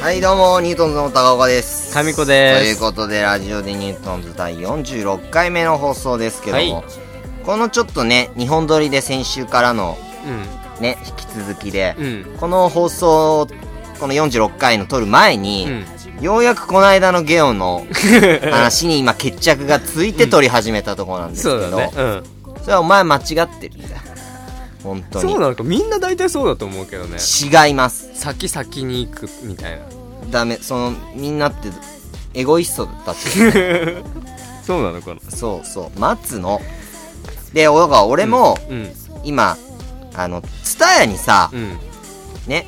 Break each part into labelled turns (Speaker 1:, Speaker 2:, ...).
Speaker 1: はい、どうも、ニュートンズの高岡です。
Speaker 2: 神子
Speaker 1: と
Speaker 2: で
Speaker 1: いう
Speaker 2: す。
Speaker 1: ことで、ラジオでニュートンズ第46回目の放送ですけども、
Speaker 2: はい
Speaker 1: このちょっとね、日本撮りで先週からの
Speaker 2: う
Speaker 1: ね、引き続きで、
Speaker 2: ん。うん。
Speaker 1: この放送、この46回の撮る前に、
Speaker 2: うん。
Speaker 1: ようやくこの間のゲオ の話に今決着がついて撮り始めたところなんですけ
Speaker 2: そう
Speaker 1: ど、
Speaker 2: だね。うん。
Speaker 1: それはお前間違ってるんだよ。本当
Speaker 2: そう
Speaker 1: に。
Speaker 2: なのか、みんな大体そうだと思うけどね。
Speaker 1: 違います。
Speaker 2: 先先に行くみたいな。
Speaker 1: ダメ、その、みんなって、エゴイストたち。
Speaker 2: そうなのかな。
Speaker 1: そうそう、待つの。で、おが俺も、
Speaker 2: うん。
Speaker 1: 今、あの、ツタヤにさ、
Speaker 2: うん。
Speaker 1: ね、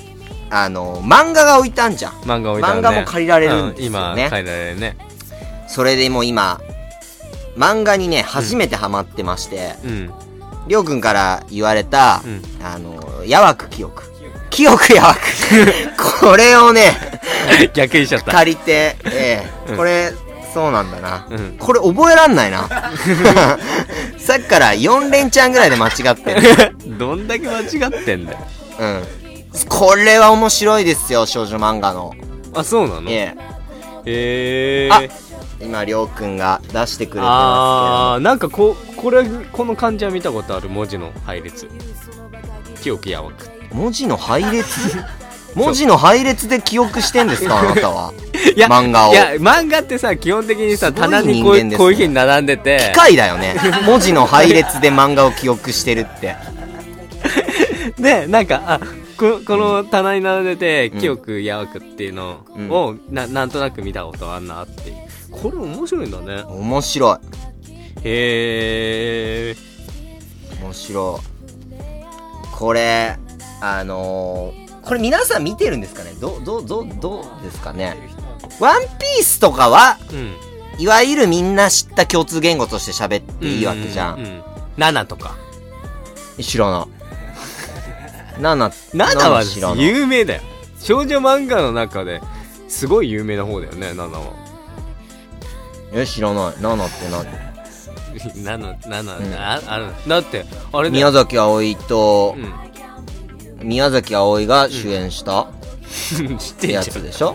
Speaker 1: あの、漫画が置いたんじゃん。
Speaker 2: 漫画置いてあるね。
Speaker 1: 漫画も借りられるんですよね
Speaker 2: うん今、借りられるね。
Speaker 1: それでもう今、漫画にね、初めてハマってまして、
Speaker 2: うん。
Speaker 1: りょうくんから言われた、
Speaker 2: うん
Speaker 1: あの、やわく記憶。記憶やわ く。これをね、
Speaker 2: 逆にしちゃった。
Speaker 1: 借りて、ええ
Speaker 2: うん
Speaker 1: これ、そうなんだな。
Speaker 2: うん
Speaker 1: これ覚えらんない な。さっきから4連チャンぐらいで間違ってる。
Speaker 2: どんだけ間違ってんだよ。
Speaker 1: うん。これは面白いですよ、少女漫画の。
Speaker 2: あ、そうなの
Speaker 1: え
Speaker 2: え
Speaker 1: え。
Speaker 2: ー。
Speaker 1: あ今、りょうくんが出してくれてま
Speaker 2: あーなんかこう、これ、この漢字は見たことある文字の配列。記憶やわく。
Speaker 1: すけど。文字の配列 文字の配列で記憶してんですか、あなたは。
Speaker 2: いや
Speaker 1: 漫画を
Speaker 2: いや、漫画ってさ、基本的にさ、
Speaker 1: すごい
Speaker 2: 棚にこ
Speaker 1: 人間
Speaker 2: ういう、
Speaker 1: ですね
Speaker 2: こういうふうに並んでて。
Speaker 1: 機械だよね。文字の配列で漫画を記憶してるって。
Speaker 2: でなんかあここの棚に並んでて、
Speaker 1: うん
Speaker 2: 記憶やわくっていうのを、ななんとなく見たことあんなっていうこれ面白いんだね
Speaker 1: 面白い。
Speaker 2: へえ
Speaker 1: 面白い。これ、あのー、これ皆さん見てるんですかねど、ど、ど、どうですかねワンピースとかは、
Speaker 2: うん
Speaker 1: いわゆるみんな知った共通言語として喋っていいわけじゃん
Speaker 2: う。う7とか
Speaker 1: 知らな。七
Speaker 2: 7は
Speaker 1: 知らない。
Speaker 2: 有名だよ少女漫画の中ですごい有名な方だよね7は
Speaker 1: え、知らない。七って何
Speaker 2: 7 7、
Speaker 1: うん
Speaker 2: ああるだってあれだ
Speaker 1: 宮
Speaker 2: よ
Speaker 1: 崎葵と、
Speaker 2: う
Speaker 1: 宮崎葵が主演した
Speaker 2: ん 知ってんじゃ
Speaker 1: や
Speaker 2: ん
Speaker 1: つでしょ、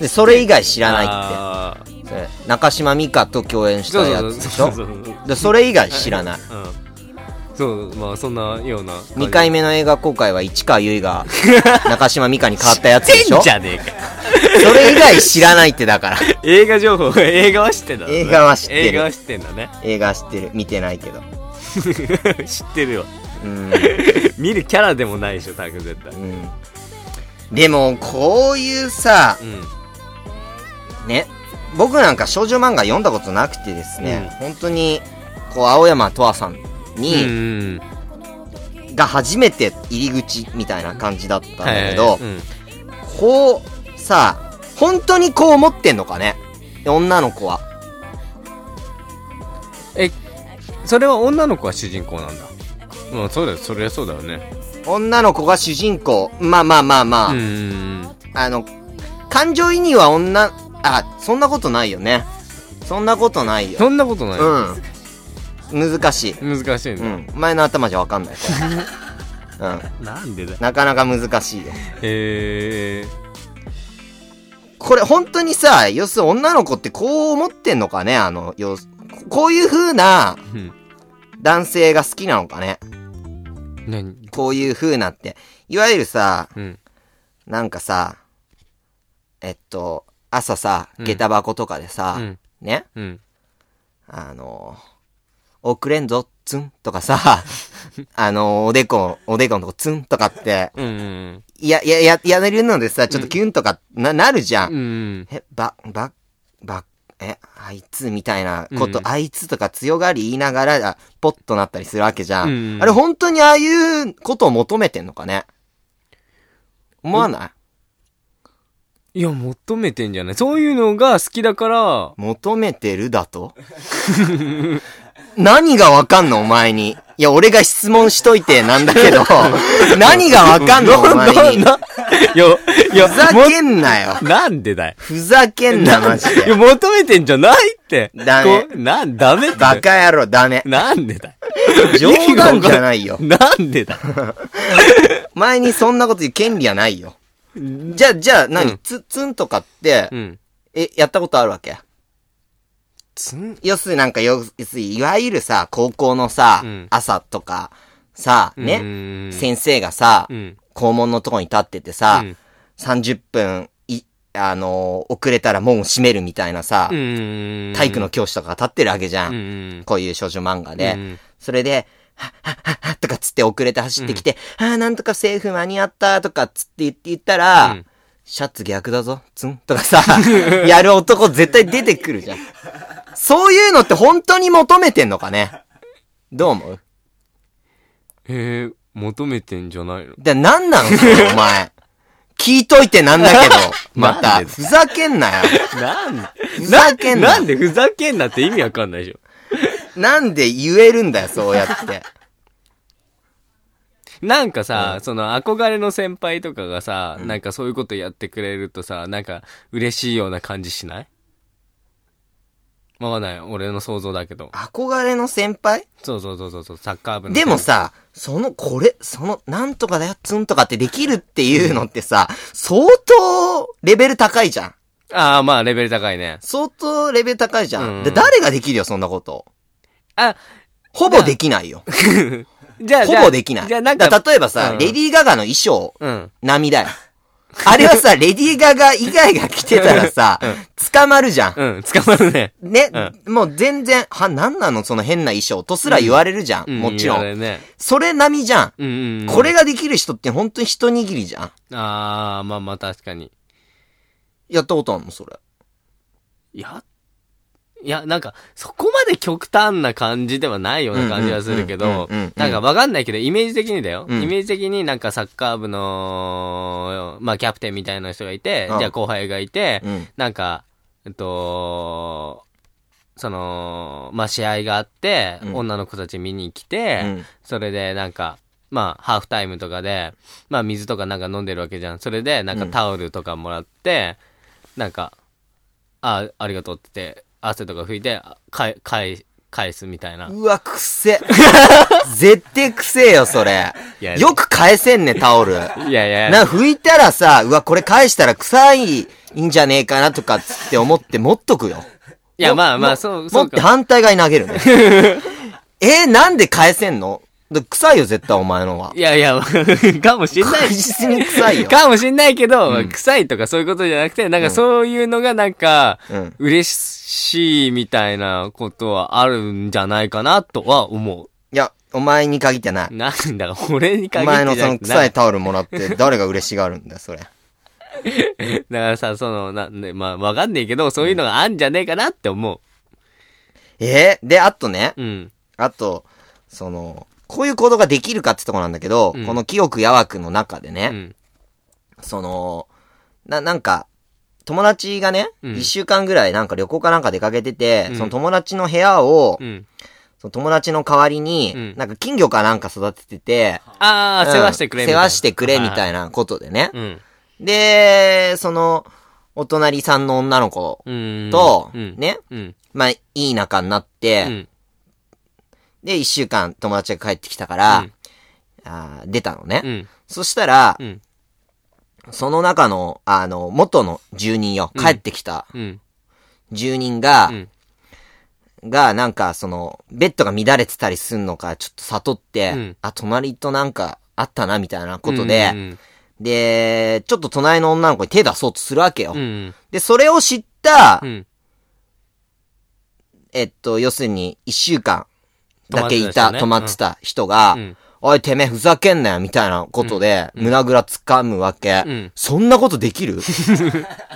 Speaker 1: で、それ以外知らないっ
Speaker 2: あー
Speaker 1: て。それ中島美嘉と共演し
Speaker 2: そ
Speaker 1: た
Speaker 2: う
Speaker 1: や
Speaker 2: そう
Speaker 1: つでし
Speaker 2: そう
Speaker 1: ょ
Speaker 2: そうそうそう
Speaker 1: で、それ以外知らない。
Speaker 2: うん。そう、まあそんなような。
Speaker 1: 2回
Speaker 2: 目
Speaker 1: 目の映画公開は市川由衣が中島美嘉に変わったやつでし
Speaker 2: ん
Speaker 1: ょ
Speaker 2: じ
Speaker 1: そ
Speaker 2: ゃねえか。
Speaker 1: れ以外知らないってだから。
Speaker 2: 映画情報、映画は知ってんだろうね
Speaker 1: 映画は知ってる
Speaker 2: 映画は知ってんだね。
Speaker 1: 映画知ってる。見てないけど。
Speaker 2: 知ってるよ。
Speaker 1: うん。
Speaker 2: 見るキャラでもないでしょ、タグ絶対。
Speaker 1: うんでも、こういうさ
Speaker 2: う、ん。
Speaker 1: ね、僕なんか少女漫画読んだことなくてですね、本当に、こう、青山とわさん
Speaker 2: う
Speaker 1: に、
Speaker 2: ん。
Speaker 1: が初めて入り口みたいな感じだったんだけ
Speaker 2: はい
Speaker 1: ど
Speaker 2: う、ん
Speaker 1: こう、さ、本当にこう思ってんのかね女の子は。
Speaker 2: え、それは女の子が主人公なんだ。うん、そうだよ、それはそうだよね。
Speaker 1: 女の子が主人公。まあまあまあまあ、
Speaker 2: うん。
Speaker 1: あの、感情移入は女、あ、そんなことないよね。そんなことないよ。
Speaker 2: そんなことない。
Speaker 1: うん。難しい。
Speaker 2: 難しいね。
Speaker 1: うん、お前の頭じゃわ かんない。これうん、
Speaker 2: なんでだよ。
Speaker 1: なかなか難しいよ。
Speaker 2: へえ。
Speaker 1: これ本当にさ、要するに女の子ってこう思ってんのかねあの、要すこういう風な
Speaker 2: うん。
Speaker 1: 男性が好きなのかね
Speaker 2: 何
Speaker 1: こういう風なって。いわゆるさ、
Speaker 2: うん。
Speaker 1: なんかさ、えっと、朝さ、
Speaker 2: うん
Speaker 1: 下駄箱とかでさ、
Speaker 2: うん
Speaker 1: ね
Speaker 2: うん。
Speaker 1: あの、遅れんぞ、ツンとか さ、あの、おでこ、おでこのとこツンとかって、
Speaker 2: うんうん。
Speaker 1: いや、いや、や、やれるのでさ、ちょっとキュンとか、な、なるじゃん。
Speaker 2: うん。
Speaker 1: え、ば、ば、ば、え、あいつみたいなこと、
Speaker 2: うん
Speaker 1: あいつとか強がり言いながら、あポッとなったりするわけじゃん。
Speaker 2: うん
Speaker 1: あれ本当にああいうことを求めてんのかね思わない、
Speaker 2: いや、求めてんじゃないそういうのが好きだ から、
Speaker 1: 求めてるだと何がわかんのお前に。いや、俺が質問しといてなんだけ ど、何がわかんのお前に。
Speaker 2: な、いや、いや、
Speaker 1: ふざけんなよ。
Speaker 2: もなんでだよ。
Speaker 1: ふざけんな、マジ
Speaker 2: いや、
Speaker 1: で。
Speaker 2: 求めてんじゃないって。
Speaker 1: ダメ
Speaker 2: こうなん、ダメって。
Speaker 1: バカ野郎、ダメ。
Speaker 2: なんでだよ。
Speaker 1: 冗談じゃないよ
Speaker 2: なんでだよ。
Speaker 1: お前にそんなこと言う権利はないよ。じゃあ、じゃあ何、
Speaker 2: うん
Speaker 1: つ、つんとかって、
Speaker 2: うん。
Speaker 1: え、やったことあるわけ
Speaker 2: つん、
Speaker 1: 要するになんか、要するに、いわゆるさ、高校のさ、
Speaker 2: うん
Speaker 1: 朝とか、さ、ね、
Speaker 2: うん
Speaker 1: 先生がさ、
Speaker 2: うん。
Speaker 1: 校門のとこに立っててさ、
Speaker 2: うん
Speaker 1: 30分、い、あのー遅れたら門を閉めるみたいなさ、
Speaker 2: うん。
Speaker 1: 体育の教師とかが立ってるわけじゃ。
Speaker 2: うんん。
Speaker 1: こういう少女漫画で。
Speaker 2: うん
Speaker 1: それで、はっはっはっはっとかつって遅れて走ってきて、ああ、なんとかセーフ間に合ったとかっつって言って言ったら、
Speaker 2: うん
Speaker 1: シャツ逆だぞ、ツンとかさ、 やる男絶対出てくるじゃん。そういうのって本当に求めてんのかねどう思う
Speaker 2: えー、求めてんじゃないの
Speaker 1: で、なんなのそれお前。聞いといてなんだけど、ま
Speaker 2: な
Speaker 1: た。
Speaker 2: んで
Speaker 1: ふざけんなよ。
Speaker 2: なん
Speaker 1: ふざけんな。
Speaker 2: なんでふざけんなって意味わかんないでしょ。
Speaker 1: なんで言えるんだよ、そうやって。
Speaker 2: なんかさ、その憧れの先輩とかがさ、なんかそういうことやってくれるとさ、なんか嬉しいような感じしないわかんない。俺の想像だけど。
Speaker 1: 憧れの先輩
Speaker 2: そうそうそうそうそう、サッカー部の。
Speaker 1: でも、さ、その、これ、その、なんとかだよ、ツンとかってできるっていうのってさ、相当レベル高いじゃん。
Speaker 2: ああ、まあレベル高いね。
Speaker 1: 相当レベル高いじゃ。
Speaker 2: うんん
Speaker 1: で、誰ができるよ、そんなこと。
Speaker 2: あ、
Speaker 1: ほぼできないよ。
Speaker 2: じゃあ、
Speaker 1: ほ
Speaker 2: じゃあ
Speaker 1: ぼできない。
Speaker 2: じゃあなんか、
Speaker 1: だ例えばさ、
Speaker 2: うん
Speaker 1: レディー・ガガの衣装、
Speaker 2: うん。
Speaker 1: 並みだよ。あれは さ、レディー・ガガ以外が着てたらさ、捕まるじゃん。
Speaker 2: うん、捕まるね。
Speaker 1: ね、
Speaker 2: う
Speaker 1: もう全然、は、なんなのその変な衣装とすら言われるじゃん。
Speaker 2: う
Speaker 1: もちろ
Speaker 2: あ
Speaker 1: ん。
Speaker 2: れね。
Speaker 1: それ並みじゃん。
Speaker 2: うんうん、うん。
Speaker 1: これができる人って本当に一握りじゃん。
Speaker 2: ああ、まあまあ確かに。
Speaker 1: やったことあんのそれ。
Speaker 2: いや、いや、なんか、そこまで極端な感じではないような感じはするけど
Speaker 1: うんうんうんうんうん、
Speaker 2: なんかわかんないけど、イメージ的にだよ。
Speaker 1: うん
Speaker 2: イメージ的になんかサッカー部の、まあキャプテンみたいな人がいて、
Speaker 1: うん
Speaker 2: じゃあ後輩がいて
Speaker 1: うん、
Speaker 2: なんか、えっと、その、まあ試合があって、
Speaker 1: うん
Speaker 2: 女の子たち見に来
Speaker 1: う
Speaker 2: て
Speaker 1: ん、
Speaker 2: それでなんか、まあ、ハーフタイムとかで、まあ、水とかなんか飲んでるわけじゃん。それで、なんか
Speaker 1: うん
Speaker 2: タオルとかもらって、なんか、あ、ありがとうって言って、汗とか拭いて、あかえ、返、返すみたいな。
Speaker 1: うわ、く せ。絶対くせえよ、それ
Speaker 2: いや。
Speaker 1: よく返せんね、タオル。
Speaker 2: いやいや、
Speaker 1: な、拭いたらさ、うわ、これ返したら臭い、いいんじゃねえかなとかっつって思って持っとくよ。
Speaker 2: いや、まあまあ、そう、そ
Speaker 1: 持っ
Speaker 2: う
Speaker 1: て
Speaker 2: か。
Speaker 1: 反対側に投げる ね。えーなんで返せんのだ臭いよ、絶対お前のは。
Speaker 2: いやいや、 かもしんな
Speaker 1: 確
Speaker 2: い。
Speaker 1: 実に臭いよ。
Speaker 2: かもしんないけど、臭いとかそういうことじゃなくて、なんかそういうのがなんか、
Speaker 1: うん
Speaker 2: 嬉しいみたいなことはあるんじゃないかなとは思う。
Speaker 1: いや、お前に限ってない。
Speaker 2: なん だか、俺に
Speaker 1: お
Speaker 2: 限ってじ
Speaker 1: 前
Speaker 2: ゃな
Speaker 1: の
Speaker 2: くて
Speaker 1: その臭いタオルもらって、誰が嬉しがるんだよ、それ。
Speaker 2: だからさ、その、な、ね、まあ、わかんねえけど、そういうのがあんじゃねえかなって思
Speaker 1: えーで、あとね
Speaker 2: う。、うん。
Speaker 1: あと、その、こういう行動ができるかってとこなんだけど、
Speaker 2: うん
Speaker 1: この清くやわくの中で
Speaker 2: う
Speaker 1: ね、
Speaker 2: ん。
Speaker 1: その、な、なんか、友達がね、一、
Speaker 2: うん
Speaker 1: 週間ぐらいなんか旅行かなんか出かけてて、
Speaker 2: うん
Speaker 1: その友達の部屋を、
Speaker 2: うん。
Speaker 1: その友達の代わりに、
Speaker 2: うん
Speaker 1: なんか金魚かなんか育ててて、
Speaker 2: ああ、
Speaker 1: うん
Speaker 2: 世話してくれみたい
Speaker 1: 世
Speaker 2: な。
Speaker 1: 話してくれみた
Speaker 2: い
Speaker 1: いなことでね。
Speaker 2: うん。
Speaker 1: で、その、お隣さんの女の子
Speaker 2: うん。
Speaker 1: と、
Speaker 2: うん。。
Speaker 1: ね、
Speaker 2: うん。
Speaker 1: まあ、いい仲になっ
Speaker 2: う
Speaker 1: て、
Speaker 2: ん。
Speaker 1: で、一週間友達が帰ってきたから、
Speaker 2: うん
Speaker 1: あー出たのね。
Speaker 2: うん。
Speaker 1: そしたら
Speaker 2: う、ん。
Speaker 1: その中の、あの、元の住人よ、
Speaker 2: うん
Speaker 1: 帰ってきた
Speaker 2: うん。
Speaker 1: 住人が
Speaker 2: う、ん。
Speaker 1: が、なんか、その、ベッドが乱れてたりすんのか、ちょっと悟って、
Speaker 2: うん
Speaker 1: あ、隣となんか、あったな、みたいなこと
Speaker 2: う
Speaker 1: で、
Speaker 2: ん。
Speaker 1: で、ちょっと隣の女の子に手出そうとするわけよ。
Speaker 2: うん。
Speaker 1: で、それを知った、
Speaker 2: うん。
Speaker 1: えっと、要するに、一週間だけいた、止
Speaker 2: 止
Speaker 1: ま
Speaker 2: ま
Speaker 1: っ
Speaker 2: ってて
Speaker 1: た人が、
Speaker 2: うん
Speaker 1: おい、てめえ、ふざけんなよ、みたいなことで、胸ぐら掴むわけ。
Speaker 2: うん
Speaker 1: そんなことできる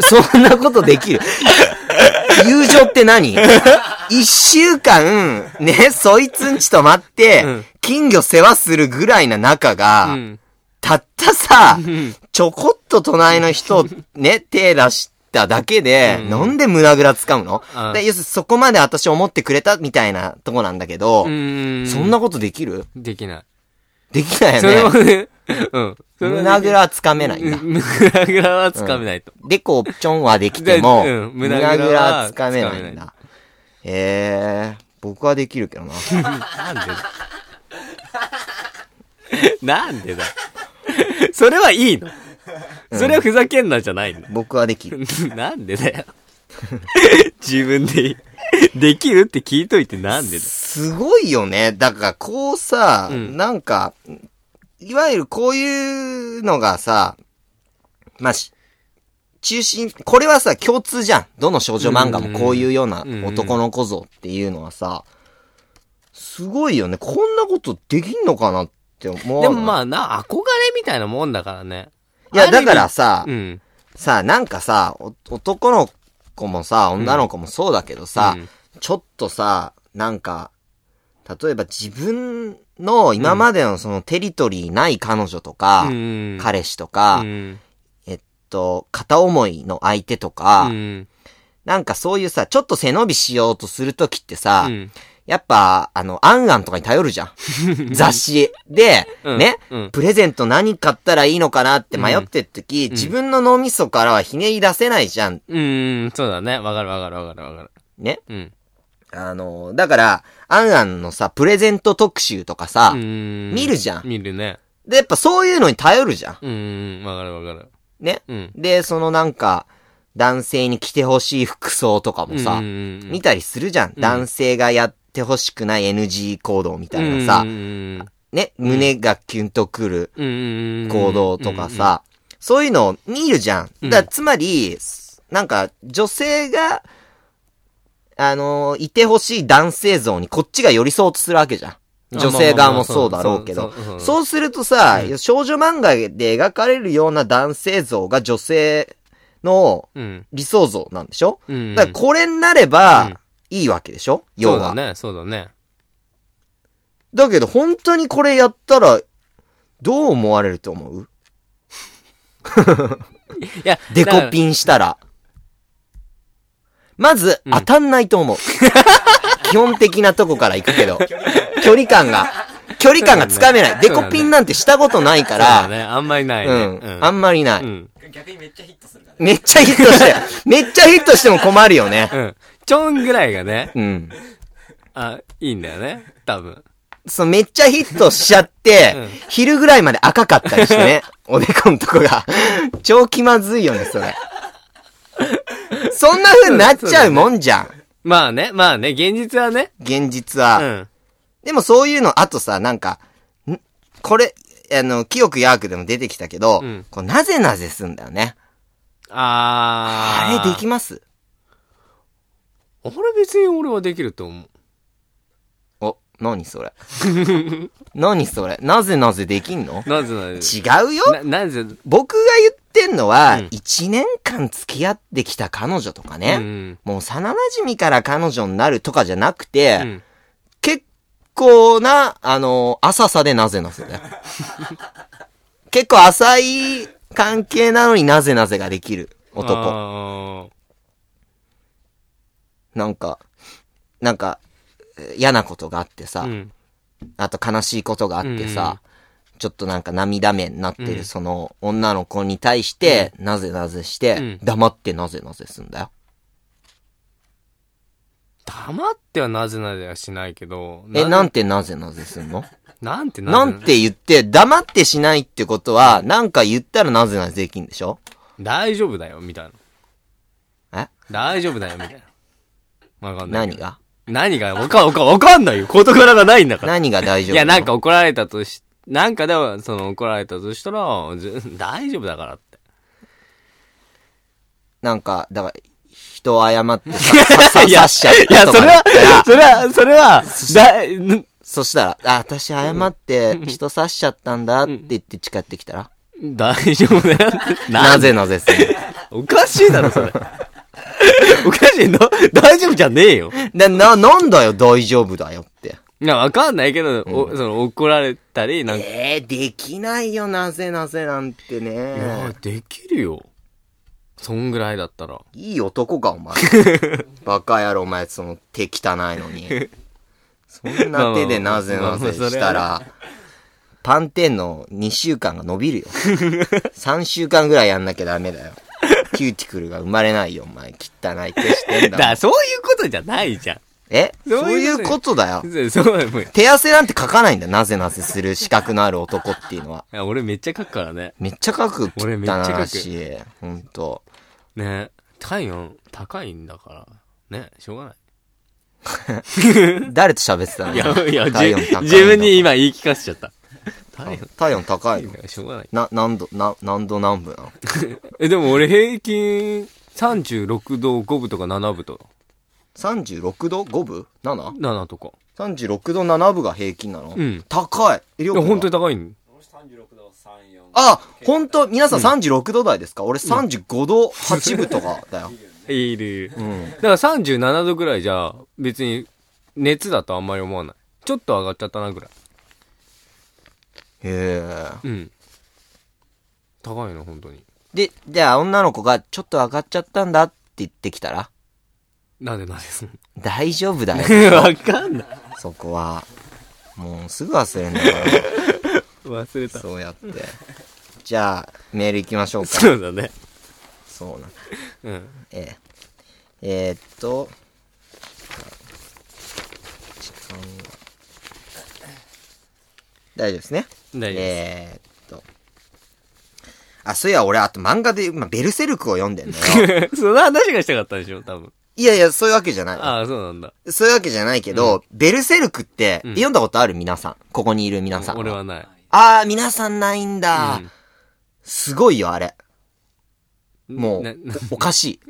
Speaker 1: そんなことできる友情って何一週間、ね、そいつんち泊まって、
Speaker 2: うん
Speaker 1: 金魚世話するぐらいな仲
Speaker 2: う
Speaker 1: が、
Speaker 2: ん。
Speaker 1: たったさ、
Speaker 2: ん
Speaker 1: ちょこっと隣の人、 ね、手出しただけで、
Speaker 2: うん
Speaker 1: なんで胸ぐら掴むの
Speaker 2: うん
Speaker 1: で要するにそこまで私思ってくれたみたいなとこなんだけど、
Speaker 2: うん。
Speaker 1: そんなことできる
Speaker 2: できな
Speaker 1: できない
Speaker 2: い。それ
Speaker 1: よ
Speaker 2: も
Speaker 1: ね。
Speaker 2: ね、うん。
Speaker 1: 胸ぐらはつかめないんだ。
Speaker 2: 胸ぐらはつかめないと。
Speaker 1: でこうちょんはできても、
Speaker 2: でうん
Speaker 1: 胸
Speaker 2: 胸
Speaker 1: ぐ
Speaker 2: ぐらは
Speaker 1: らはつかめないん
Speaker 2: つかめな
Speaker 1: だ。えー、僕はできるけどな。
Speaker 2: なんでだ。なんでだ。それはいいの。それはふざけんなじゃないの。
Speaker 1: 僕はできる。
Speaker 2: なんでだよ。 自分でいい、できるって聞いといてなんでだよ。
Speaker 1: すごいよね。だからこうさ、
Speaker 2: うん
Speaker 1: なんか、いわゆるこういうのがさ、まあ、し中心、これはさ、共通じゃん。どの少女漫画もこういうような
Speaker 2: うんうん
Speaker 1: 男の子像っていうのはさ、すごいよね。こんなことできんのかなって思う。
Speaker 2: でもま
Speaker 1: あ、
Speaker 2: あな、憧れみたいなもんだからね。
Speaker 1: いや、だからさ、
Speaker 2: うん。
Speaker 1: さ、なんかさ、お男の子もさ、女の子もそうだけどさ、
Speaker 2: うん
Speaker 1: ちょっとさ、なんか、例えば自分の今までのそのテリトリーない彼女とか、
Speaker 2: うん、
Speaker 1: 彼氏とか、
Speaker 2: うん
Speaker 1: えっと、片思いの相手とか、
Speaker 2: うん
Speaker 1: なんかそういうさ、ちょっと背伸びしようとするときってさ、
Speaker 2: うん
Speaker 1: やっぱ、あの、アンアンとかに頼るじゃん。 雑誌。で、
Speaker 2: うん
Speaker 1: ね、
Speaker 2: うん
Speaker 1: プレゼント何買ったらいいのかなって迷ってるとき、自分の脳みそからはひねり出せないじゃん。
Speaker 2: うん、そうだね。わかるわかるわかるわかる。
Speaker 1: ね。
Speaker 2: うん。
Speaker 1: あの、だから、アンアンのさ、プレゼント特集とかさ、見
Speaker 2: 見
Speaker 1: るじゃん
Speaker 2: 見るね。
Speaker 1: で、やっぱそういうのに頼るじゃん。
Speaker 2: うん、わかるわかる。
Speaker 1: ね。
Speaker 2: うん。
Speaker 1: で、そのなんか、男性に着てほしい服装とかもさ、見
Speaker 2: 見
Speaker 1: たりするじゃん。
Speaker 2: うん
Speaker 1: 男性がやってほしくない NG 行動みたいなさ、
Speaker 2: うん
Speaker 1: ね、胸がキュンとくる
Speaker 2: うん
Speaker 1: 行動とか、さ、そういうのを見るじゃん。
Speaker 2: うん
Speaker 1: だからつまり、なんか、女性が、あのーいてほしい男性像にこっちが寄り添おうとするわけじゃん。女性側もそうだろうけど。そうするとさ、少女漫画で描かれるような男性像が女性の
Speaker 2: うん。
Speaker 1: 理想像なんでしょ、
Speaker 2: うん。
Speaker 1: だからこれになれ
Speaker 2: うん
Speaker 1: ば、いいわけでしょ、要
Speaker 2: そう
Speaker 1: は
Speaker 2: だね、そうだね。
Speaker 1: だけど本当にこれやったら、どう思われると思う
Speaker 2: いや、
Speaker 1: デコピンしたら。まず、
Speaker 2: うん
Speaker 1: 当たんないと思う。基本的なとこから行くけど。距離感が、距離感がつかめない。
Speaker 2: そ
Speaker 1: デ
Speaker 2: うだね
Speaker 1: コピンなんてしたことないか、
Speaker 2: からね、あんまりないね。
Speaker 1: うん。あんまりない。
Speaker 2: うん。
Speaker 3: 逆にめっちゃヒットするからね
Speaker 1: めっちゃヒットして、めっちゃヒットしても困るよね。
Speaker 2: うん。ちょんぐらいがね、
Speaker 1: うん。
Speaker 2: あ、いいんだよね。多分。
Speaker 1: そう、めっちゃヒットしちゃって、
Speaker 2: うん
Speaker 1: 昼ぐらいまで赤かったりして ね。おでこのとこが。超気まずいよね、それ。そんな風になっちゃうもんじゃん。
Speaker 2: まあね、まあね、現実はね。
Speaker 1: 現実
Speaker 2: う
Speaker 1: は。
Speaker 2: ん。
Speaker 1: でもそういうの、あとさ、なんか、んこれ、あの、清くヤークでも出てきたけど、
Speaker 2: うん
Speaker 1: こうなぜなぜすんだよね。
Speaker 2: あ
Speaker 1: あ
Speaker 2: ー。
Speaker 1: れできます
Speaker 2: あれ別に俺はできると思う。
Speaker 1: お、何そ れ。何それ。なぜなぜできんの
Speaker 2: なぜなぜ
Speaker 1: 違うよ
Speaker 2: な、なぜ、
Speaker 1: 僕が言ってんのは、
Speaker 2: うん
Speaker 1: 1年間付き合ってきた彼女とか
Speaker 2: う
Speaker 1: ね、
Speaker 2: ん。
Speaker 1: もう幼馴染から彼女になるとかじゃなくて、
Speaker 2: うん。
Speaker 1: 結構な、あの、浅さでなぜなぜだ よ。結構浅い関係なのになぜなぜができる男。
Speaker 2: 男。
Speaker 1: なんか、なんか、え嫌なことがあってさ、
Speaker 2: うん。
Speaker 1: あと悲しいことがあってさ、ちょっとなんか涙目になって
Speaker 2: うん
Speaker 1: るその女の子に対して、なぜなぜして、
Speaker 2: うん
Speaker 1: 黙ってなぜなぜすんだよ。
Speaker 2: 黙ってはなぜなぜはしないけど。、
Speaker 1: え、なんんてなぜなぜすんの
Speaker 2: なんて
Speaker 1: な
Speaker 2: ぜ
Speaker 1: んて言って、黙ってしないってことは、なんか言ったらなぜなぜできんでしょ
Speaker 2: 大丈夫だよ、みたいな。
Speaker 1: え
Speaker 2: 大丈夫だよ、みたいな。わかんない。
Speaker 1: 何が
Speaker 2: 何がわかん、わかん、わかんないよ。事柄がないんだから。
Speaker 1: 何が大
Speaker 2: い
Speaker 1: 丈夫
Speaker 2: や、なんか怒られたとし、なんかでは、その怒られたとしたら、ず 大丈夫だからって。
Speaker 1: なんか、だから、人を誤ってさ、さ さ
Speaker 2: いや
Speaker 1: 刺しちゃっ
Speaker 2: いや、
Speaker 1: たと
Speaker 2: そ
Speaker 1: か
Speaker 2: れ
Speaker 1: だ
Speaker 2: は
Speaker 1: ったら、、
Speaker 2: それは、それは、だ、ん
Speaker 1: そしたら、あ、私誤って人刺しちゃったんだって言って近寄ってきたら、
Speaker 2: 大丈夫だよって。
Speaker 1: なぜなぜ する
Speaker 2: おかしいだ ろ、それ。おかしいの大丈夫じゃねえよ。
Speaker 1: で、な、なんだよ、大丈夫だよって。
Speaker 2: いや、わかんないけど、おその怒られたり、なんか、
Speaker 1: えー、できないよ、なぜなぜなんて
Speaker 2: いや
Speaker 1: ね。
Speaker 2: できるよ。そんぐらいだったら。
Speaker 1: いい男か、お 前。バカ野郎、お前、その手汚いのに。そんな手でなぜなぜしたら、パンテンの2週間が伸びる よ。3週間ぐらいやんなきゃダメだよ。キューティクルが生まれないよ、お前。汚い手してんだもん
Speaker 2: だからそういうことじゃないじゃん。
Speaker 1: え
Speaker 2: ど
Speaker 1: そううい
Speaker 2: いう
Speaker 1: う
Speaker 2: こ
Speaker 1: ことだよ。
Speaker 2: そうだもうい
Speaker 1: 手汗なんて書かないんだよ。なぜなぜする資格のある男っていうのは。
Speaker 2: や俺めっちゃ書くからね。
Speaker 1: めっちゃ書く汚
Speaker 2: 俺めっちゃ書く
Speaker 1: らし。ほんと。
Speaker 2: ね。体温高いんだから。ね。しょうが
Speaker 1: 誰と喋ってた
Speaker 2: な
Speaker 1: の
Speaker 2: い。いや、い や、
Speaker 1: 体温高いん
Speaker 2: じ
Speaker 1: だ
Speaker 2: 自分に今言い聞かせちゃった。体温
Speaker 1: 体温高いの
Speaker 2: 高いからしょうがない。
Speaker 1: な、何度、な、何度何分なの
Speaker 2: え、でも俺平均36度5分とか7分と、
Speaker 1: ?36 度5分 ?7?36
Speaker 2: 7とか。
Speaker 1: 度7分が平均なの
Speaker 2: うん
Speaker 1: 高い。え、りょく
Speaker 2: いうや、
Speaker 1: んは
Speaker 2: 本当に高いん。
Speaker 1: あ、本当皆さん36度台ですか、俺35度8分とかだよ。
Speaker 2: いるいる。
Speaker 1: うん。
Speaker 2: だから37度ぐらいじゃ、別に熱だとあんまり思わない。ちょっと上がっちゃったなぐらい。
Speaker 1: へえ。
Speaker 2: うん。高いの、本当に。
Speaker 1: で、じゃあ女の子がちょっと上がっちゃったんだって言ってきたら
Speaker 2: なんでなんですん
Speaker 1: 大丈夫だ よ、
Speaker 2: わかんない。
Speaker 1: そこは。もうすぐ忘れんだか
Speaker 2: 忘れ
Speaker 1: ら、。そうやって。じゃあ、メール行きましょうか。
Speaker 2: そうだね。
Speaker 1: そうな。
Speaker 2: うん。
Speaker 1: ええ。えー、っと、時間が。大丈夫ですね。
Speaker 2: 大丈夫で
Speaker 1: えー、っと。あ、そういや、俺、あと漫画で、今、ベルセルクを読んでんの よ。
Speaker 2: す。その話がしたかったでしょ、多分。
Speaker 1: いやいや、そういうわけじゃない。
Speaker 2: ああ、そうなんだ。
Speaker 1: そういうわけじゃないけど、ベルセルクって、
Speaker 2: うん
Speaker 1: 読んだことある皆さん。ここにいる皆さん。
Speaker 2: 俺はない。
Speaker 1: あー、皆さんないんだ。
Speaker 2: うん
Speaker 1: すごいよ、あれ。もう
Speaker 2: なな、
Speaker 1: おおかし い。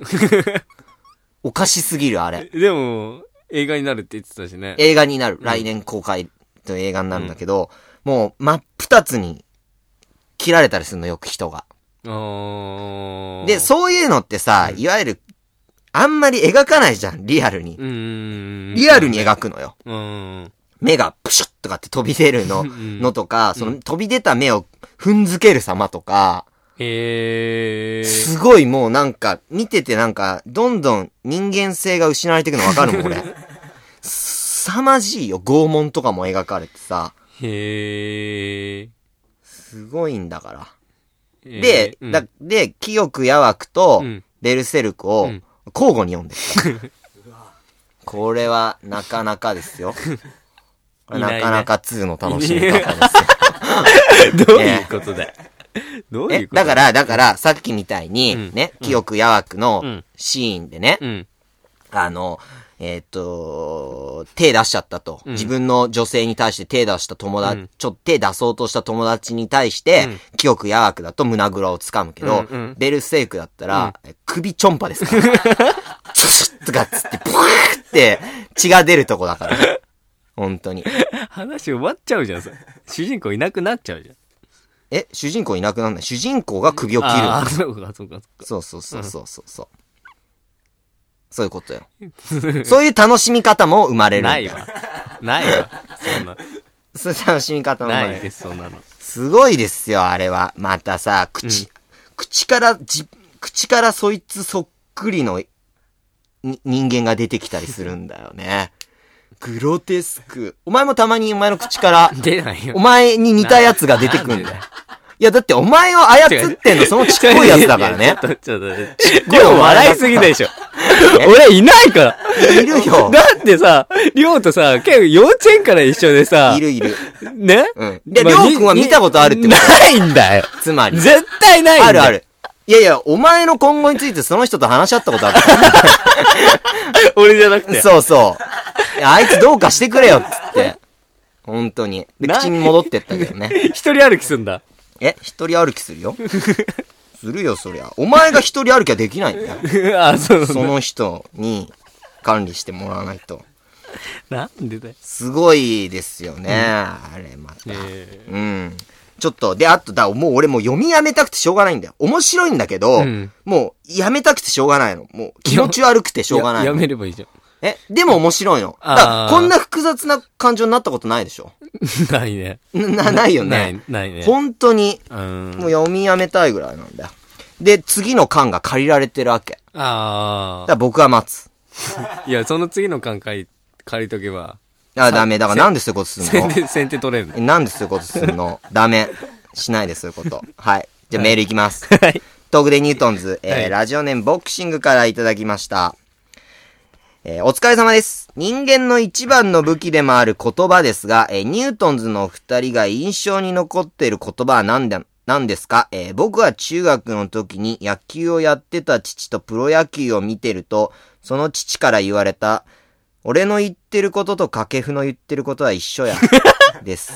Speaker 1: おかしすぎる、あれ。
Speaker 2: でも、映画になるって言ってたしね。
Speaker 1: 映画になる。来年公開と映画になるんだけど、もう、真っ二つに、切られたりするの、よく人が。
Speaker 2: あー
Speaker 1: で、そういうのってさ、いわゆる、あんまり描かないじゃん、リアルに。
Speaker 2: うーん。
Speaker 1: リアルに描くのよ。
Speaker 2: うん。
Speaker 1: 目がプシュッとかって飛び出るの、
Speaker 2: ん
Speaker 1: のとか、その飛び出た目を踏んづける様とか、
Speaker 2: へえ。
Speaker 1: すごいもうなんか、見ててなんか、どんどん人間性が失われていくのわかるも ん、俺。凄まじいよ、拷問とかも描かれてさ、
Speaker 2: へえ。
Speaker 1: すごいんだから。
Speaker 2: え
Speaker 1: で、
Speaker 2: ー
Speaker 1: だ、で、清くやわくと
Speaker 2: うん、
Speaker 1: ベルセルクを
Speaker 2: うん
Speaker 1: 交互に読んでる。 これは、なかなかですよ。
Speaker 2: いないね
Speaker 1: なかなか2の楽しみ方 ですよ。
Speaker 2: うん どういうことだよ。どういう
Speaker 1: ね、
Speaker 2: こと、
Speaker 1: だからら、だから、さっきみたいに
Speaker 2: うん、
Speaker 1: ね、清くやわく
Speaker 2: う
Speaker 1: の
Speaker 2: ん
Speaker 1: シーンでね
Speaker 2: う、ん。
Speaker 1: あの、えーっと、手出しちゃったと。
Speaker 2: ん
Speaker 1: 自分の女性に対して手出した友
Speaker 2: う
Speaker 1: 達
Speaker 2: ん、
Speaker 1: ちょっと手出そうとした友達に対して
Speaker 2: うん、
Speaker 1: 記憶やわくだと胸ぐらを掴むけど
Speaker 2: うんうん、
Speaker 1: ベルセークだったら、首ちょんぱですから。チュシュッとかっつって、ブワーって血が出るとこだから。本当に。
Speaker 2: 話終わっちゃうじゃん、それ主人公いなくなっちゃうじゃん。
Speaker 1: え、主人公いなくなんない主人公が首を切るの
Speaker 2: ああ、。そうか、そうか、そうか。
Speaker 1: そうそうそうそうそうそう。そういうことよ。そういう楽しみ方も生まれるん
Speaker 2: な
Speaker 1: だ
Speaker 2: い
Speaker 1: よ。
Speaker 2: わ。ないわ。そんな。
Speaker 1: そういう楽しみ方も生ま
Speaker 2: な
Speaker 1: れ
Speaker 2: い
Speaker 1: る。
Speaker 2: です、そんなの。
Speaker 1: すごいですよ、あれは。またさ、口、口から、じ、口からそいつそっくりの、に人間が出てきたりするんだよ ね。グロテスク。お前もたまにお前の口から、
Speaker 2: 出ないよ
Speaker 1: お。前に似たやつが出てくんだよ。いや、だってお前を操ってんの、そのちっ こいやつだから
Speaker 2: いや
Speaker 1: ね
Speaker 2: ちょ。っと、ちょっと、りょう笑いすぎでしょ。
Speaker 1: え
Speaker 2: 俺いないから。
Speaker 1: いるよ。
Speaker 2: だってさ、りょうとさ、結構幼稚園から一緒でさ、
Speaker 1: いるいる。
Speaker 2: ね
Speaker 1: うんで
Speaker 2: まあ
Speaker 1: りょうくんは見たことあるってこと
Speaker 2: ないんだよ。
Speaker 1: つまり。
Speaker 2: 絶対ないんだよ。
Speaker 1: あるある。いやいや、お前の今後についてその人と話し合ったことある
Speaker 2: 俺じゃなくて。
Speaker 1: そうそう。いやあいつどうかしてくれよっつって。本当に。で、
Speaker 2: な
Speaker 1: 口に戻ってったけど ね。
Speaker 2: 一人歩きすんだ。
Speaker 1: え、一人歩きするよするよ、そりゃ。お前が一人歩きはできないんだよ。
Speaker 2: あ、そうなん
Speaker 1: そ
Speaker 2: だ。
Speaker 1: の人に管理してもらわないと。
Speaker 2: なんでだよ。
Speaker 1: すごいですよね。あれ、また。
Speaker 2: え
Speaker 1: うん。ちょっと、で、あと、だ、もう俺もう読みやめたくてしょうがないんだよ。面白いんだけど、
Speaker 2: うん
Speaker 1: もうやめたくてしょうがないの。もう気持ち悪くてしょうがない
Speaker 2: や
Speaker 1: の。
Speaker 2: めればいいじゃん。
Speaker 1: え、でも面白いの。だ
Speaker 2: あー
Speaker 1: からこんな複雑な感情になったことないでしょ
Speaker 2: ないね。
Speaker 1: な、ないよ
Speaker 2: ない
Speaker 1: ね。、
Speaker 2: ないね。
Speaker 1: 本当に、
Speaker 2: うーん。
Speaker 1: もう読みやめたいぐらいなんだよ。で、次の巻が借りられてるわけ。だ
Speaker 2: あ
Speaker 1: から僕は待つ。
Speaker 2: あ。いや、その次の巻借り、借りとけば、
Speaker 1: あ、ダメ。だからなんでそういうことすん
Speaker 2: 先
Speaker 1: の
Speaker 2: 手、先手取れる
Speaker 1: えなんでそういうことすんのダメ。しないでそういうこと。はい。じゃあメールいきます。
Speaker 2: はい。
Speaker 1: トークでニュートンズ、えー
Speaker 2: はい
Speaker 1: ラジオネームボクシングからいただきました。えーお疲れ様です。人間の一番の武器でもある言葉ですが、えーニュートンズのお二人が印象に残っている言葉は何だ、何ですか、えー僕は中学の時に野球をやってた父とプロ野球を見てると、その父から言われた、俺の言ってることと掛布の言ってることは一緒や、 です。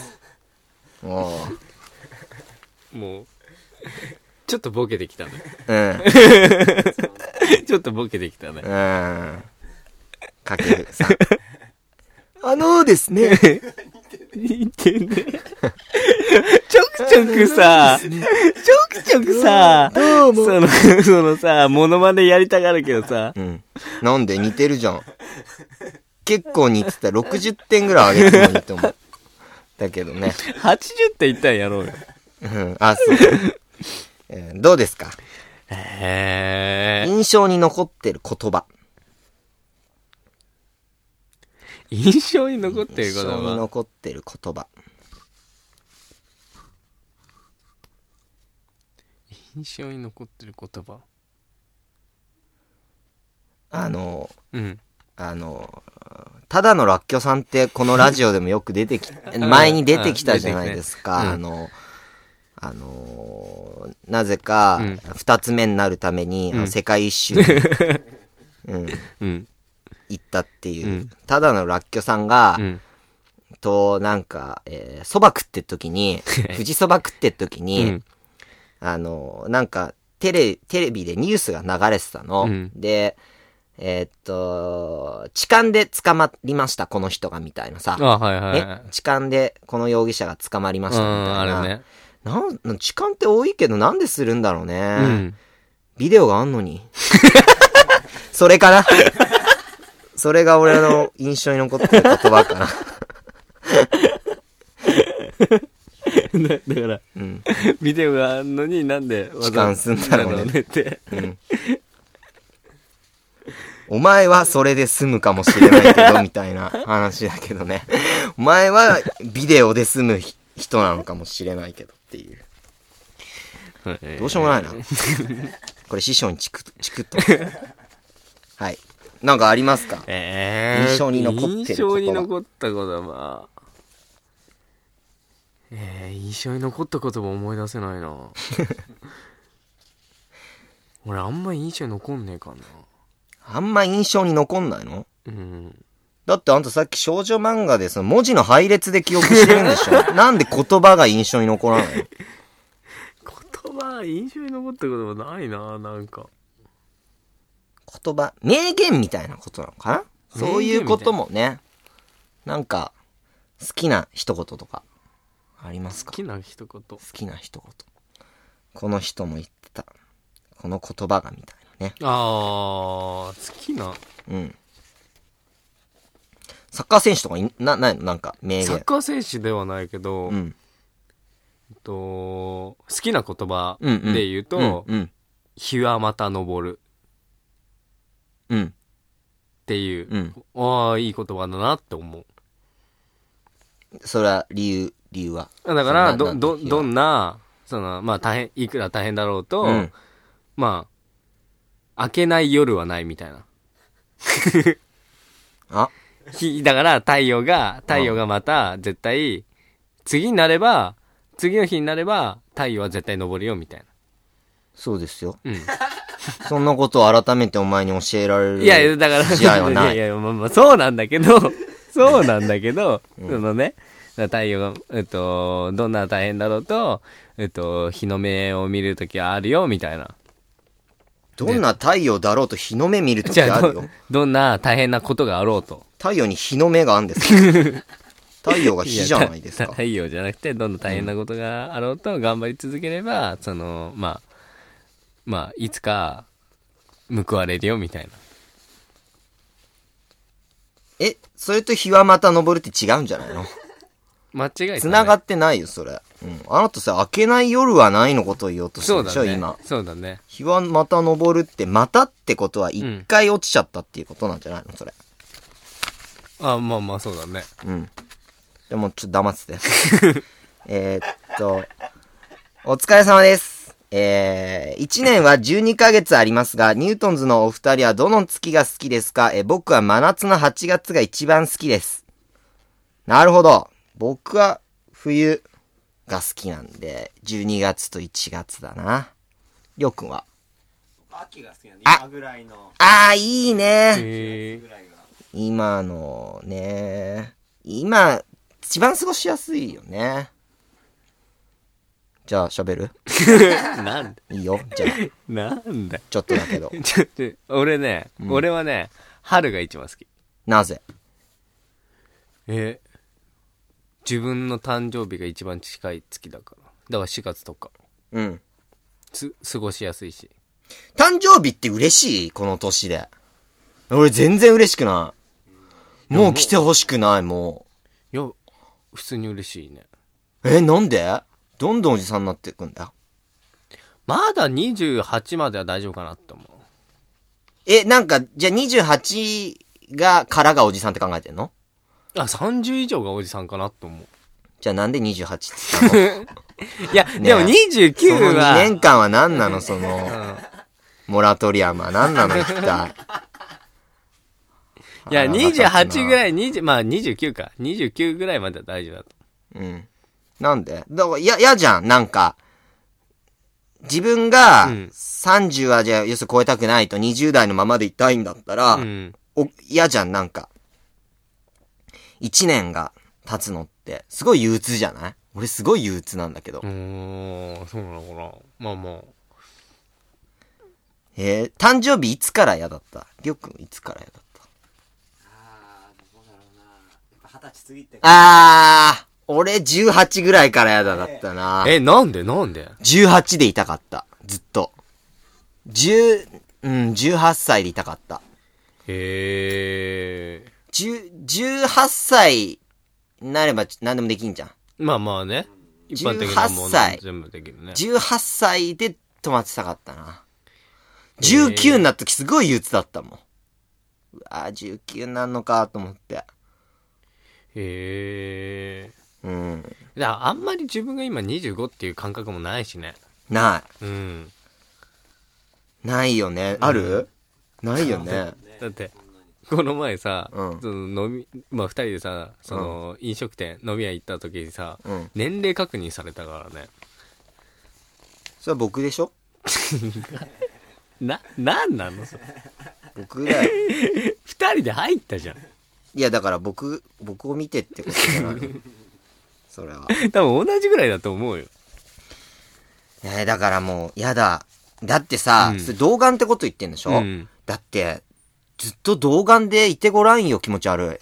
Speaker 1: おー
Speaker 2: もう、ちょっとボケて きたね。
Speaker 1: うん。
Speaker 2: ちょっとボケてきたね。
Speaker 1: うん。かけるさん。あのーですね。
Speaker 2: 似てんね。ちょくちょくさ、ちょくちょくさ、その、そのさ、モノマネやりたがるけどさ、
Speaker 1: うん。なんで似てるじゃん。結構似てた。60点ぐらい上げてもいいと思う。だけどね。
Speaker 2: 80点いったらやろうよ。
Speaker 1: うん。あ、そう。うんどうですか
Speaker 2: へー。
Speaker 1: 印象に残ってる言葉。
Speaker 2: 印象に残ってる
Speaker 1: 印
Speaker 2: こ
Speaker 1: 象
Speaker 2: と
Speaker 1: に
Speaker 2: は、
Speaker 1: 残ってる言葉。
Speaker 2: 印象に残ってる言葉。
Speaker 1: あのー、
Speaker 2: うん。
Speaker 1: あのー、ただのらっきょさんってこのラジオでもよく出て き、前に出てきたじゃないです
Speaker 2: うん
Speaker 1: か。あの、あのー、なぜか
Speaker 2: うん、
Speaker 1: 二つ目になるために、あの
Speaker 2: うん
Speaker 1: 世界一 周に、うん、
Speaker 2: うん。
Speaker 1: 行ったっていう、
Speaker 2: うん
Speaker 1: ただのらっきょさんが、
Speaker 2: うん。
Speaker 1: と、なんか、えー、蕎麦食ってる時 に、富士蕎麦食ってる時
Speaker 2: う
Speaker 1: に、
Speaker 2: ん。
Speaker 1: あの、なんか、テレ、テレビでニュースが流れてたの。
Speaker 2: うん
Speaker 1: で、えーっと、痴漢で捕まりました、この人が、みたいなさ。
Speaker 2: あ、はいはいはい
Speaker 1: ね。痴漢でこの容疑者が捕まりま
Speaker 2: う
Speaker 1: した、み
Speaker 2: ん、
Speaker 1: たいな。
Speaker 2: あれね。
Speaker 1: なんなん、痴漢って多いけど、なんでするんだろうね。
Speaker 2: うん。
Speaker 1: ビデオがあんの に。それかなそれが俺の印象に残ってる言葉かな。
Speaker 2: だだから、
Speaker 1: うん。
Speaker 2: ビデオがあんのになんでわ
Speaker 1: 痴
Speaker 2: ざわ
Speaker 1: 漢
Speaker 2: ざ
Speaker 1: すんだろうね
Speaker 2: なんって。
Speaker 1: うん。お前はそれで済むかもしれないけど、みたいな話だけどね。 お前はビデオで済むひ人なのかもしれないけどっていう。 どうしようもないな。これ師匠にチクッ、チクッと。はい。なんかありますか
Speaker 2: えー、
Speaker 1: 印象に残ってる言葉
Speaker 2: 印象に残った言葉。えー、印象に残った言葉思い出せない な。俺あんま印象に残んねえかな。
Speaker 1: あんま印象に残んないの
Speaker 2: うん。
Speaker 1: だってあんたさっき少女漫画でその文字の配列で記憶してるんでしょなんで言葉が印象に残らないの
Speaker 2: 言葉、印象に残った言葉ないな、なんか。
Speaker 1: 言葉、名言みたいなことなのかな
Speaker 2: 名言みたいな
Speaker 1: そういうこともね。なんか、好きな一言とか、あります
Speaker 2: 好
Speaker 1: か好
Speaker 2: きな一言。
Speaker 1: きな一言。この人も言ってた。この言葉がみたいなね。
Speaker 2: あー、好きな。
Speaker 1: うん。サッカー選手とかい、な、ないのなんか、名
Speaker 2: サッ
Speaker 1: 言。
Speaker 2: カー選手ではないけど、
Speaker 1: う
Speaker 2: えっ
Speaker 1: ん。
Speaker 2: と、好きな言葉
Speaker 1: うんうん。
Speaker 2: で言うと、
Speaker 1: うん、うん。
Speaker 2: 日はまた昇る
Speaker 1: うん。
Speaker 2: っていう、
Speaker 1: うん
Speaker 2: ああ、いい言葉だなって思う。
Speaker 1: それは理由、理由は。
Speaker 2: だか
Speaker 1: そ
Speaker 2: ら、
Speaker 1: んな
Speaker 2: ど、ど、
Speaker 1: なんて日は
Speaker 2: どんな、その、まあ大変、いくら大変だろうと、
Speaker 1: うん。
Speaker 2: まあ、明けない夜はないみたいな。
Speaker 1: あ、
Speaker 2: 日、だから太陽が、太陽がまた絶対、次になれば、次の日になれば、太陽は絶対昇るよみたい
Speaker 1: そうですよ。
Speaker 2: な。うん。
Speaker 1: そんなことを改めてお前に教えられる。
Speaker 2: いやいや、だから、
Speaker 1: 筋合いはない
Speaker 2: やや、まあまあ、そうなんだ けど、そうなんだけど、そのね、だから太陽が、えっと、どんな大変だろうと、えっと、日の目を見るときはあるよ、みたいな。
Speaker 1: どんな太陽だろうと日の目見るとき
Speaker 2: じゃ
Speaker 1: あ
Speaker 2: あ
Speaker 1: る
Speaker 2: ど
Speaker 1: よ。、
Speaker 2: どんな大変なことがあろうと。
Speaker 1: 太陽に日の目があるんですよ 太陽が日じゃないです
Speaker 2: や
Speaker 1: か。
Speaker 2: た太陽じゃなくて、どんな大変なことがあろうと、頑張り続ければ、その、まあ、まあ、いつか、報われるよ、みたいな。
Speaker 1: え、それと日はまた昇るって違うんじゃない の
Speaker 2: 間違えた、ね。
Speaker 1: 繋がってないよ、それ。うん。あなたさ、明けない夜はないのことを言おうとして
Speaker 2: そ
Speaker 1: る
Speaker 2: う
Speaker 1: で
Speaker 2: だ
Speaker 1: しょ、
Speaker 2: ね。
Speaker 1: 今。
Speaker 2: そうだね。
Speaker 1: 日はまた昇るって、またってことは一回落ちちゃったっていうことなんじゃないのそれ。
Speaker 2: あ、まあまあ、そうだね。
Speaker 1: うん。で も、ちょっと黙ってて。えーっと、お疲れ様です。えー、1年は12ヶ月ありますが、ニュートンズのお二人はどの月が好きですかえー、僕は真夏の8月が一番好きです。なるほど。僕は冬が好きなんで、12月と1月だな。りょうくんは
Speaker 3: 秋が好きなんで、
Speaker 1: あ
Speaker 3: 今ぐらいの、
Speaker 1: あー、いいね。
Speaker 2: へ
Speaker 3: ぐらいが。
Speaker 1: 今のね、今、一番過ごしやすいよね。じゃあ喋る
Speaker 2: え。 なんだ、
Speaker 1: いいよ。じゃあ、
Speaker 2: なんだ。
Speaker 1: ちょっとだけど。
Speaker 2: ちょっと、俺ね、俺はね、春が一番好き。
Speaker 1: なぜ
Speaker 2: え、自分の誕生日が一番近い月だから。だから4月とか。
Speaker 1: うん。
Speaker 2: つ、過ごしやすいし。
Speaker 1: 誕生日って嬉しいこの年で。俺全然嬉しくない。もう来てほしくない、も
Speaker 2: いや、普通に嬉しいね。
Speaker 1: う。え、なんでどんどんおじさんになっていくんだよ。
Speaker 2: まだ28までは大丈夫かなって思う。
Speaker 1: え、なんか、じゃあ28が、からがおじさんって考えてんの
Speaker 2: あ、30以上がおじさんかなと思う。
Speaker 1: じゃあなんで28って言ったの
Speaker 2: いや、
Speaker 1: ね
Speaker 2: でも
Speaker 1: そ
Speaker 2: 29
Speaker 1: の2
Speaker 2: は、
Speaker 1: 年間は何なのその、モラトリアムは何なの一体。
Speaker 2: いや、
Speaker 1: 腹が立つな
Speaker 2: 28ぐらい、20、まあ29か。29ぐらいまでは大丈夫だと。
Speaker 1: うん。なんでだから、や、やじゃん、なんか。自分が、
Speaker 2: うん
Speaker 1: 30はじゃあ、要するに超えたくないと、20代のままでいたいんだったら、
Speaker 2: うん。
Speaker 1: お、嫌じゃん、なんか。1年が経つのって、すごい憂鬱じゃない俺すごい憂鬱なんだけど。
Speaker 2: うーん、そうなのかな。まあまあ。
Speaker 1: えー、誕生日いつから嫌だったりょうくんいつから嫌だった
Speaker 3: あー、どうだろうな。やっぱ二十歳過ぎてから。
Speaker 1: あー、俺18ぐらいから嫌だだったな。
Speaker 2: え、なんでなんで
Speaker 1: 18でいたかった。ずっと。10、うん、18歳でいたかった。
Speaker 2: へえ。
Speaker 1: 10 18歳になれば何でもできんじゃん。
Speaker 2: まあまあね。一般的なも
Speaker 1: 18
Speaker 2: ん
Speaker 1: 歳
Speaker 2: 全部できるね。
Speaker 1: 18歳で止まってたかったな。
Speaker 2: へー
Speaker 1: 19になった時すごい憂鬱だったもん。うわぁ、19なんのかと思って。
Speaker 2: へえ。
Speaker 1: うん。
Speaker 2: だからあんまり自分が今25っていう感覚もないしね。
Speaker 1: な
Speaker 2: うん。
Speaker 1: い。ないよね。ある、ないよね。
Speaker 2: だって、この前さ、
Speaker 1: うん
Speaker 2: その飲み、まあ二人でさ、その飲食店、飲み屋行った時にさ、
Speaker 1: うん
Speaker 2: 年齢確認されたからね。
Speaker 1: それは僕でしょ
Speaker 2: な、なんなのそれ
Speaker 1: 僕だよ。
Speaker 2: 二人で入ったじゃん。
Speaker 1: いや、だから僕、僕を見てってことじゃない。それは。
Speaker 2: 多分同じぐらいだと思うよ。
Speaker 1: えーだからもう、やだ。だってさ、
Speaker 2: うん
Speaker 1: それ童顔ってこと言ってんでしょ、
Speaker 2: うん
Speaker 1: だって、ずっと童顔でいてごらんよ、気持ち悪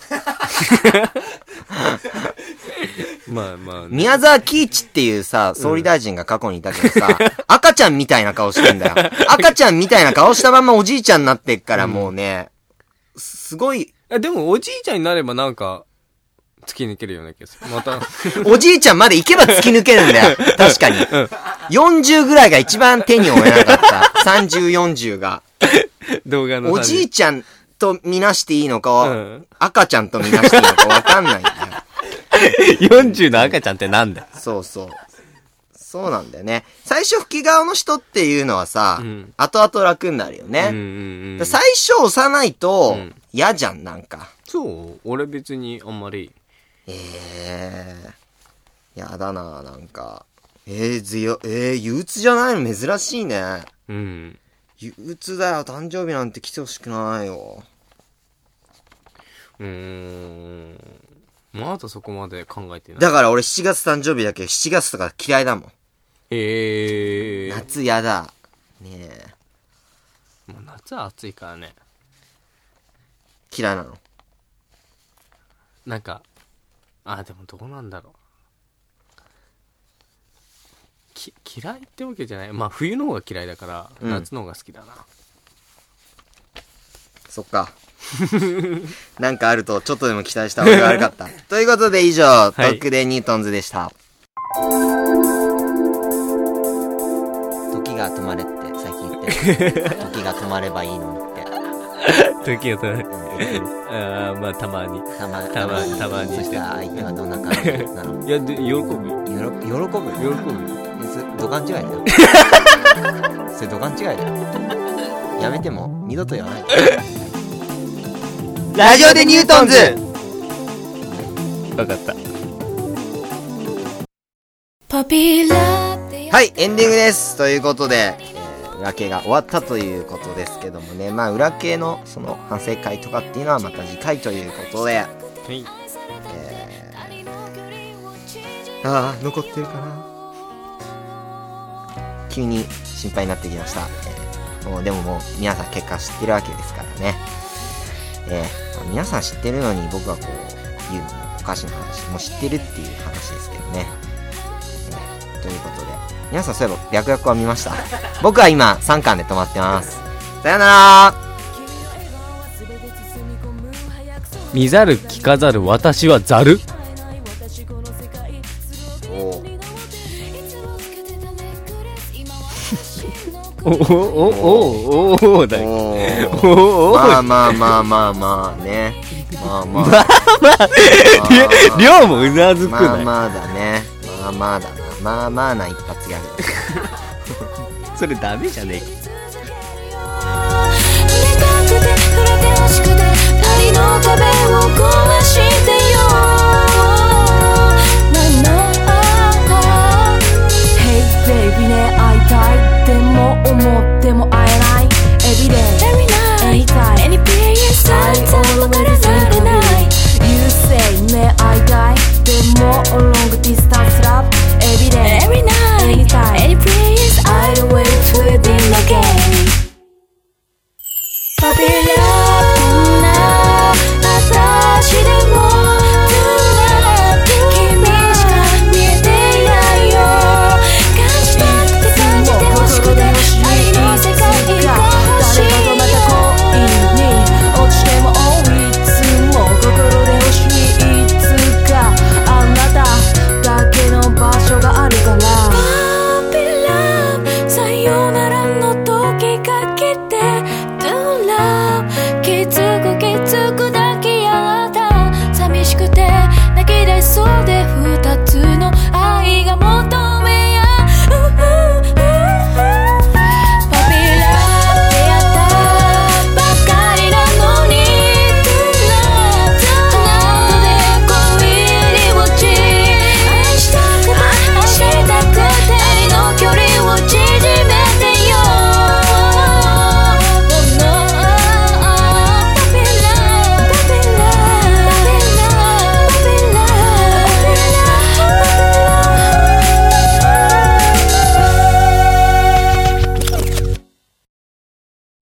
Speaker 2: まあまあ
Speaker 1: い。
Speaker 2: ね。
Speaker 1: 宮沢喜一っていうさ、総理大臣が過去にいたけどさ、 赤ちゃんみたいな顔してんだよ。赤ちゃんみたいな顔したまんまおじいちゃんになってっから、もうね、すすごい、
Speaker 2: あでもおじいちゃんになればなんか、突き抜けるような気がする。また、
Speaker 1: おじいちゃんまで行けば突き抜けるんだよ。確かに。40ぐらいが一番手に負えなかった。30、40が。
Speaker 2: 動画の
Speaker 1: おじい
Speaker 2: ち
Speaker 1: ちゃんとみなしていいのか、
Speaker 2: うん
Speaker 1: 赤ちゃんとみなしていいのかわかんないんだよ。
Speaker 2: 40の赤ちゃんってなんだ
Speaker 1: そうそう。そうなんだよね。最初吹き顔の人っていうのはさ、
Speaker 2: うん
Speaker 1: 後々楽になるよ
Speaker 2: うんう
Speaker 1: ね。
Speaker 2: んう
Speaker 1: で
Speaker 2: ん。
Speaker 1: 最初押さないと
Speaker 2: うん
Speaker 1: 嫌じゃん、なんか。
Speaker 2: そう俺別にあんまり。
Speaker 1: ええー。やだな、なんか。ええ強、ええ憂鬱じゃないの珍しいね。
Speaker 2: うん。
Speaker 1: 憂鬱だよ、誕生日なんて来てほしくないよ。
Speaker 2: うーん。まだそこまで考えてない。
Speaker 1: だから俺7月誕生日だけど、7月とか嫌いだもん。
Speaker 2: ええー。
Speaker 1: 夏やだ。ねえ。
Speaker 2: まあ夏は暑いからね。
Speaker 1: 嫌いなの。
Speaker 2: なんか、あ、でもどうなんだろう。き、嫌いってわけじゃない。まあ冬の方が嫌いだから、
Speaker 1: うん
Speaker 2: 夏の方が好きだな。
Speaker 1: そっ か。なんかあると、ちょっとでも期待した方が悪か った。ということで以上、ト
Speaker 2: い
Speaker 1: ークでニュートンズでした。時が止まれって最近言 ってる。時が止まればいいのにって。
Speaker 2: 時が取ら
Speaker 1: うん言って る
Speaker 2: ああ、まあたまに。
Speaker 1: たま
Speaker 2: たまたまに
Speaker 1: そ
Speaker 2: して
Speaker 1: した
Speaker 2: る
Speaker 1: ら相手はどんな感じなの
Speaker 2: いや、で喜ぶよ。
Speaker 1: 喜ぶ喜ぶ
Speaker 2: 喜ぶよ。
Speaker 1: えそれ土管違いだよ。それ、ど勘違いだよ。やめても、二度と言わない。 ラジオでニュートンズ
Speaker 2: わかった。
Speaker 4: パピーラって
Speaker 1: はい、エンディングです。ということで、えー裏系が終わったということですけどもね、まあ、裏系のその反省会とかっていうのはまた次回ということで、
Speaker 2: はい。
Speaker 1: ああ、残ってるかな。急に心配になってきました。えーもうでももう皆さん結果知ってるわけですからね。えーまあ皆さん知ってるのに僕はこう言うのもおかしな話。もう知ってるっていう話ですけどね。えーということで。皆さんそういえば略約は見ました。僕は今3巻で止まってます。さよなら
Speaker 2: 見ざる聞かざる私はざる
Speaker 1: お
Speaker 2: おおおおおおだよ。
Speaker 1: お
Speaker 2: おおお
Speaker 1: まあまあまあまあまあね。まあまあ。
Speaker 2: りょうもうなずく
Speaker 1: まあ
Speaker 2: ない、
Speaker 1: まあだね。まあまあだな。まあまあな一発ギャグだね。
Speaker 2: それダメじゃねえか